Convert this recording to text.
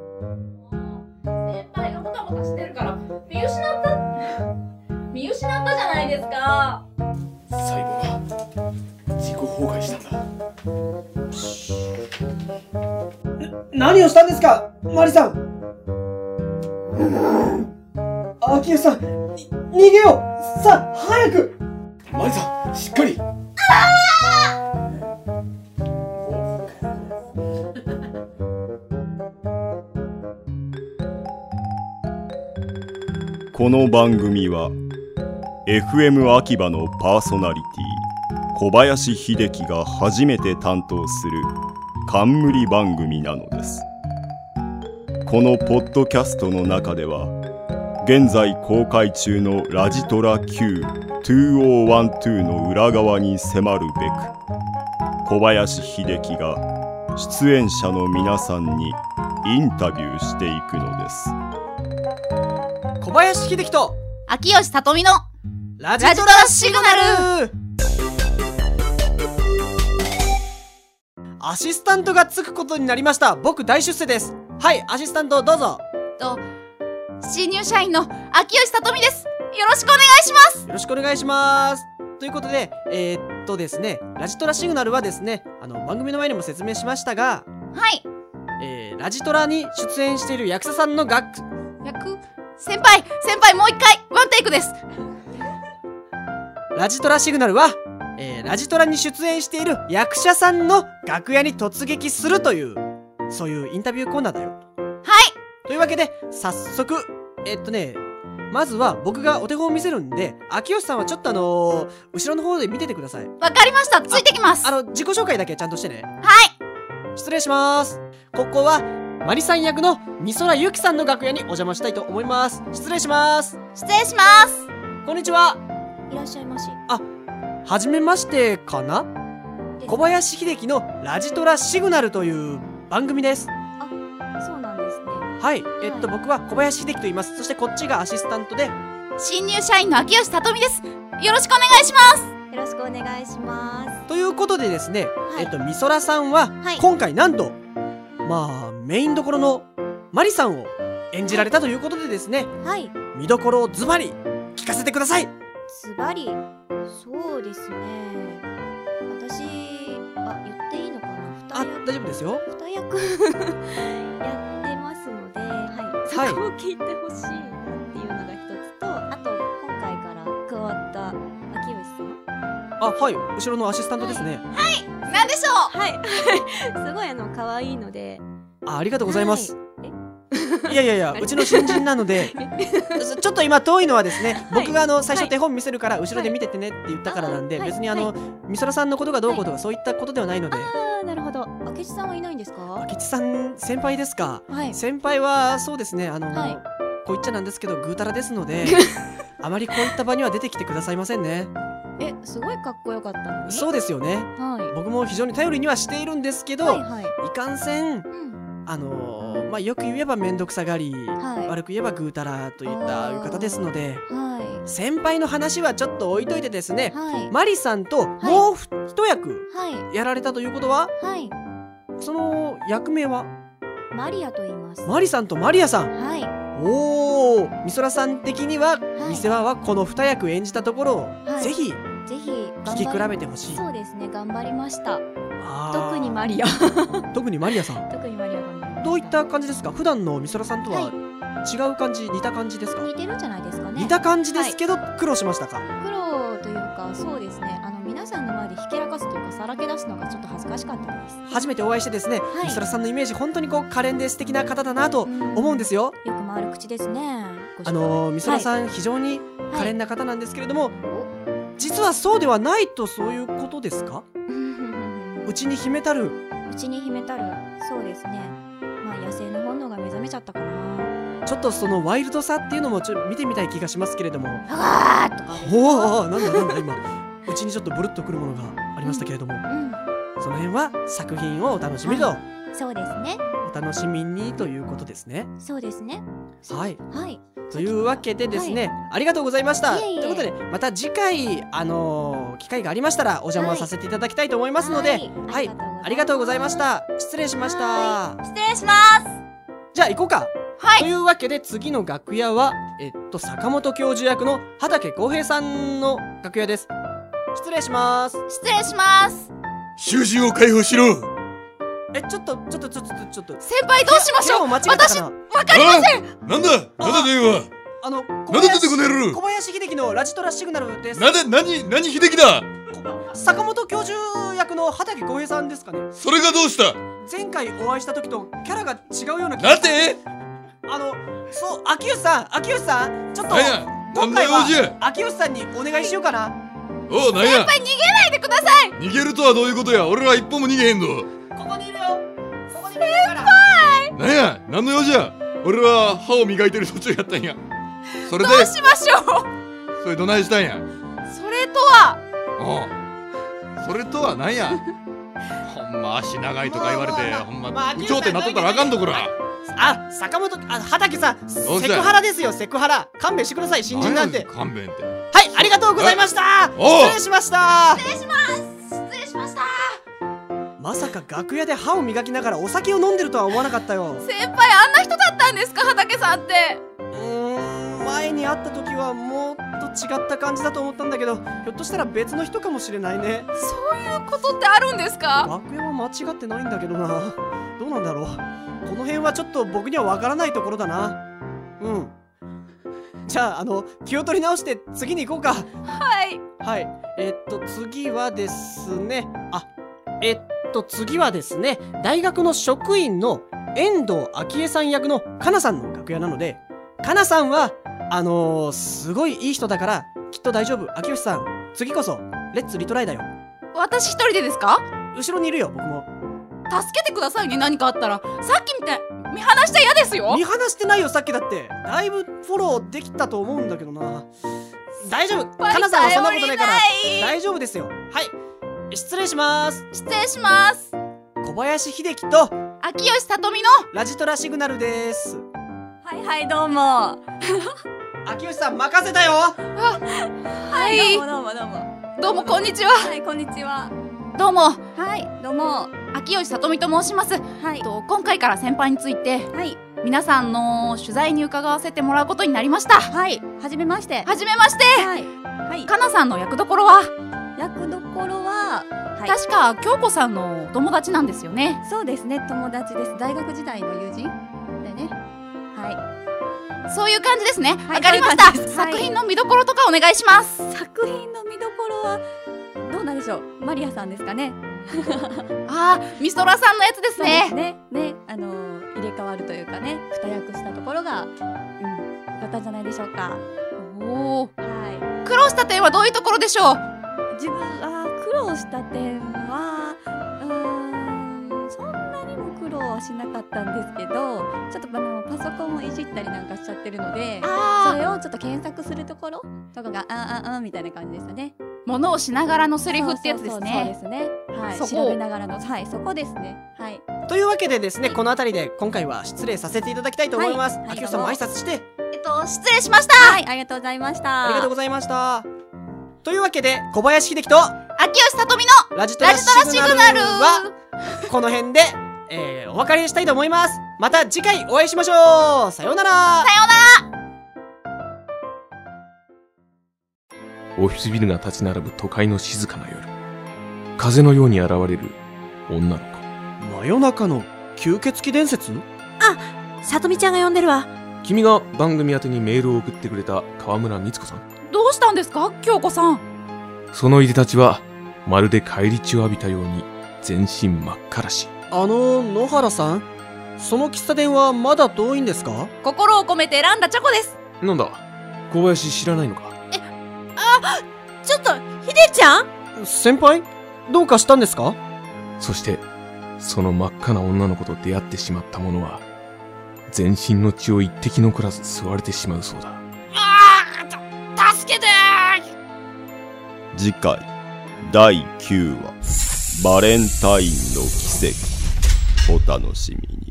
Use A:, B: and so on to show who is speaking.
A: もう先輩がもたもたしてるから見失った見失った じゃないですか
B: 細胞が自己崩壊したんだ
C: 何をしたんですかマリさんアキエさんに逃げようさあ早く
B: マリさんしっかり
D: この番組は FM 秋葉のパーソナリティ小林秀樹が初めて担当する冠番組なのですこのポッドキャストの中では現在公開中の「ラジトラ Q2012」の裏側に迫るべく小林秀樹が出演者の皆さんにインタビューしていくのです。
C: 小林秀樹と
A: 秋吉さとみの
C: ラ
A: ジトラシグナ
C: ルアシスタントがつくことになりました僕大出世ですはいアシスタントどうぞ
A: と新入社員の秋吉さとみですよろしくお願いします
C: よろしくお願いしますということでえー、っとですねラジトラシグナルはですねあの番組の前にも説明しましたが、
A: はい
C: えー、ラジトラに出演している役者さんの楽
A: 役先輩先輩もう一回ワンテイクです
C: ラジトラシグナルは、えーラジトラに出演している役者さんの楽屋に突撃するという、そういうインタビューコーナーだよ。はいというわけで、早速、えっとね、まずは僕がお手本を見せるんで、秋吉さんはちょっとあのー後ろの方で見ててください。
A: わかりましたついてきます
C: あの、自己紹介だけちゃんとしてね。
A: はい
C: 失礼します。ここは、マリさん役の美空ゆきさんの楽屋にお邪魔したいと思います。失礼します。
A: 失礼します
C: こんにちは。
A: いらっしゃいまし
C: はじめましてかな
A: です
C: 小林秀樹の「ラジトラシグナル」という番組です
A: そうなんですね
C: はいえっと僕は小林秀樹と言いますそしてこっちがアシスタントで
A: 新入社員の秋吉さとみですよろしくお願いします
E: よろしくお願いします。
C: ということでですね、
E: い
C: えっと美空さんは
E: はい
C: 今回なんと、まあメインどころのマリさんを演じられたということでですね
E: はい、
C: 見どころをズバリ聞かせてください
E: ズバリ。そうですね。私、あ、言っていいのかな。
C: あ
E: 二
C: 大丈夫ですよ
E: 役、二役 やってますので、はい、
C: はい
E: そこを聞いてほしいっていうのが一つと、あと今回から加わった秋吉さん。
C: あはい後ろのアシスタントですね、
A: なんでしょう
E: はい、 すごいあの可愛いので、
C: あありがとうございます。
E: はい
C: いやいやいや、うちの新人な ので、 ちょっと今遠いのはですね、
E: はい
C: 僕があの最
E: は
C: 初
E: い
C: 手本見せるから後ろで見ててねって言ったからなんで、
E: はい
C: 別にあの、美空さんのことがどうこうとかそういったことではないので、
E: あー、なるほど。明智さんはいないんですか。
C: 明智さん先輩ですか。
E: はい。
C: 先輩はそうですね、あの、
E: はい
C: こう言っちゃなんですけどぐうたらですの で、あまりこういった場には出てきてくださいませんね。
E: え、すごいかっこよかったのに。
C: そうですよね。
E: はい。
C: 僕も非常に頼りにはしているんですけど、
E: はい
C: い、
E: はい。
C: かんせん
E: うん。
C: あのまあよく言えば面倒くさがり、
E: はい
C: 悪く言えばぐうたらといったいう方ですので。
E: は
C: 先輩の話はちょっと置いといてですね
E: い。、はい。
C: マリさんともうふ一役
E: はい。
C: やられたということは、
E: はい。
C: その役名は
E: マリアと言います。
C: マリさんとマリアさん。
E: はい。
C: おお、美空さん的には、
E: い
C: ミセワはこの二役演じたところを、
E: はい
C: ぜひ
E: ぜひ頑張
C: 聞
E: り
C: き比べてほしい。
E: そうですね、頑張りました。
C: あー
E: 特にマ リア。
C: 特にマリアさん。
E: 特にマリア頑張りました。
C: どういった感じですか。普段の美空さんとは違う感じ、似た感じですか。
E: 似てるんじゃないですかね。
C: 似た感じですけど、苦労しましたか。
E: 苦労というか、そうですね。あの皆さんの前でひけらかすというか、さらけ出すのがちょっと恥ずかしかったです。
C: 初めてお会いしてですね、
E: はい
C: 美空さんのイメージ本当にこう可憐で素敵な方だなと思うんですよ。
E: よく回る口ですね。
C: あのー、美空
E: ん。
C: さん、非常に可
E: はい
C: 憐な方なんですけれども、実はそうではないとそういうことですかうちに秘めたる
E: うちに秘めたる、そうですね。まあ野生の本能が目覚めちゃったかな。
C: ちょっとそのワイルドさっていうのもちょ見てみたい気がしますけれども
E: あーっ
C: おおなんだなんだ今うちにちょっとブルッとくるものがありましたけれども
E: と。
C: その辺は作品をお楽しみと
E: うん、そうですね。
C: お楽しみにということですね。
E: そうですね。
C: はい
E: はい。
C: というわけでですね、ありがとうございました
E: いえいえ
C: ということでまた次回あのー機会がありましたらお邪魔させていただきたいと思いますので、はい、ありがとうございました。失礼しました。
E: は
A: 失礼します
C: じじゃあ行こうか。
A: はい
C: というわけで次の楽屋は、えっと、坂本教授役の畑浩平さんの楽屋です。失礼します。
A: 失礼します
B: 囚人を解放しろ
C: え、ちょっと、ちょっと、ちょっと、ちょっと。
A: 先輩どうしましょう
C: 今日間違えた
A: 私
C: かな
A: わかりません
B: なんだなんだというわ
C: あの、
B: なんで出てこねえる
C: 小林秀樹のラジトラシグナルです。
B: なんで何何秀樹だ
C: 坂本教授役の畑浩平さんですかね。
B: それがどうした
C: 前回お会いした時とキャラが違うような気が
B: なんで
C: あの、そう、秋吉さん、秋吉さん、ちょっと、
B: なんやなん
C: 今
B: だ
C: 回
B: よおじ
C: は秋吉さんにお願いしようかな。
B: おうなんや
A: 逃げないでください
B: 逃げるとはどういうことや俺ら一歩も逃げへんぞ
C: ここにいるよ。ここにいるから。
B: なんや何の用じゃ俺は歯を磨いてる途中やったんやそれで
A: どうしましょう
B: それどないしたんや
A: それとは
B: おうそれとはなんやほんま足長いとか言われて
C: まあまあ
B: ほん
C: まあ
B: ま有頂天なっとったらあかんとこら
C: あ、坂本、あ、畑さん、セ
B: どうし
C: ク
B: た
C: ハラですよ、セクハラ。勘弁してください、新人なん
B: や
C: て。
B: 勘弁って
C: はい、ありがとうございました。
B: おう
C: 失礼しました。
A: 失礼しました
C: まさか楽屋で歯を磨きながらお酒を飲んでるとは思わなかったよ。
A: 先輩あんな人だったんですか畑さんって
C: うーん、前に会った時はもっと違った感じだと思ったんだけど、ひょっとしたら別の人かもしれないね。
A: そういうことってあるんですか
C: 楽屋は間違ってないんだけどなどうなんだろうこの辺はちょっと僕にはわからないところだなうんじゃああの気を取り直して次に行こうか
A: はい
C: はいえっと次はですねあえっと次はですね大学の職員の遠藤昭恵さん役のかなさんの楽屋なのでかなさんはあのー、すごいいい人だからきっと大丈夫秋吉さん次こそレッツリトライだよ
A: 私一人でですか
C: 後ろにいるよ僕も
A: 助けてくださいね何かあったらさっきみたい見放しちゃ嫌ですよ
C: 見放してないよさっきだってだいぶフォローできたと思うんだけどな大丈夫かなさんはそんなことないから
A: 頼りない
C: 大丈夫ですよはい失礼します
A: 失礼します
C: 小林秀樹と
A: 秋吉さとみの
C: ラジトラシグナルです
A: はいはいどうもは
C: 秋吉さん任せたよ
A: い
F: どうもどうもどうも。
A: どうもこんにちは
F: はい、こんにちは。
A: どうも
F: はい、どうも。
A: 秋吉さとみと申します
F: はい。
A: と今回から先輩について
F: はい。
A: 皆さんの取材に伺わせてもらうことになりましたは
F: はい。はじめまして。
A: じめまして
F: はい。はい。
A: かなさんの役どころは、
F: 役どころは、はい。
A: 確か京子さんのお友達なんですよね
F: そうですね、友達です。大学時代の友人でね。は
A: そういう感じですねわ、
F: はい
A: かりました、
F: そういう感じですはい
A: 作品の見どころとかお願いします
F: い。作品の見どころは、どうなんでしょう。マリアさんですかね。
A: あーミソラさんのやつです
F: そうで
A: ね
F: すね。ね。あのー、入れ替わるというかね、二役したところが、うん、よかったんじゃないでしょうか。
A: おお
F: はい。
A: 苦労した点はどういうところでしょう
F: 自分あー苦労した点はうーんそんなにも苦労はしなかったんですけどちょっとあのパソコンをいじったりなんかしちゃってるのでそ
A: あ
F: れをちょっと検索するところとかがあーあーあーみたいな感じでしたね
A: 物をしながらのセリフってやつですね
F: そうそうそうそうですねはい
A: そこ
F: 調べながらのはいそこですねはい
C: というわけでですねこの辺りで今回は失礼させていただきたいと思います、
F: はいはい
C: 秋吉さんも挨拶して
A: えっと失礼しました
F: はいありがとうございました
C: ありがとうございましたというわけで小林秀樹と
A: 秋吉さとみの
C: ラジト
A: ラ
C: ラ
A: ジ
C: シ
A: トラシ
C: グ
A: グナ
C: ナ
A: ル
C: ルはこの辺で、えーお別れしたいと思います。また次回お会いしましょうさようなら
G: オフィスビルが立ち並ぶ都会の静かな夜風のように現れる女の子
C: 真夜中の吸血鬼伝説
H: さとみちゃんが呼んでるわ
G: 君が番組宛てにメールを送ってくれた川村光子さん
A: どうしたんですか京子さん
G: そのいでたちはまるで返り血を浴びたように全身真っ赤らしい
C: あの、野原さんその喫茶店はまだ遠いんですか
A: 心を込めて選んだチョコです
G: なんだ小林知らないのか
H: ちょっとひでちゃん
C: 先輩どうかしたんですか
G: そしてその真っ赤な女の子と出会ってしまった者は全身の血を一滴残らず吸われてしまうそうだ
A: 助けて
D: 次回第9話「バレンタインの奇跡」お楽しみに。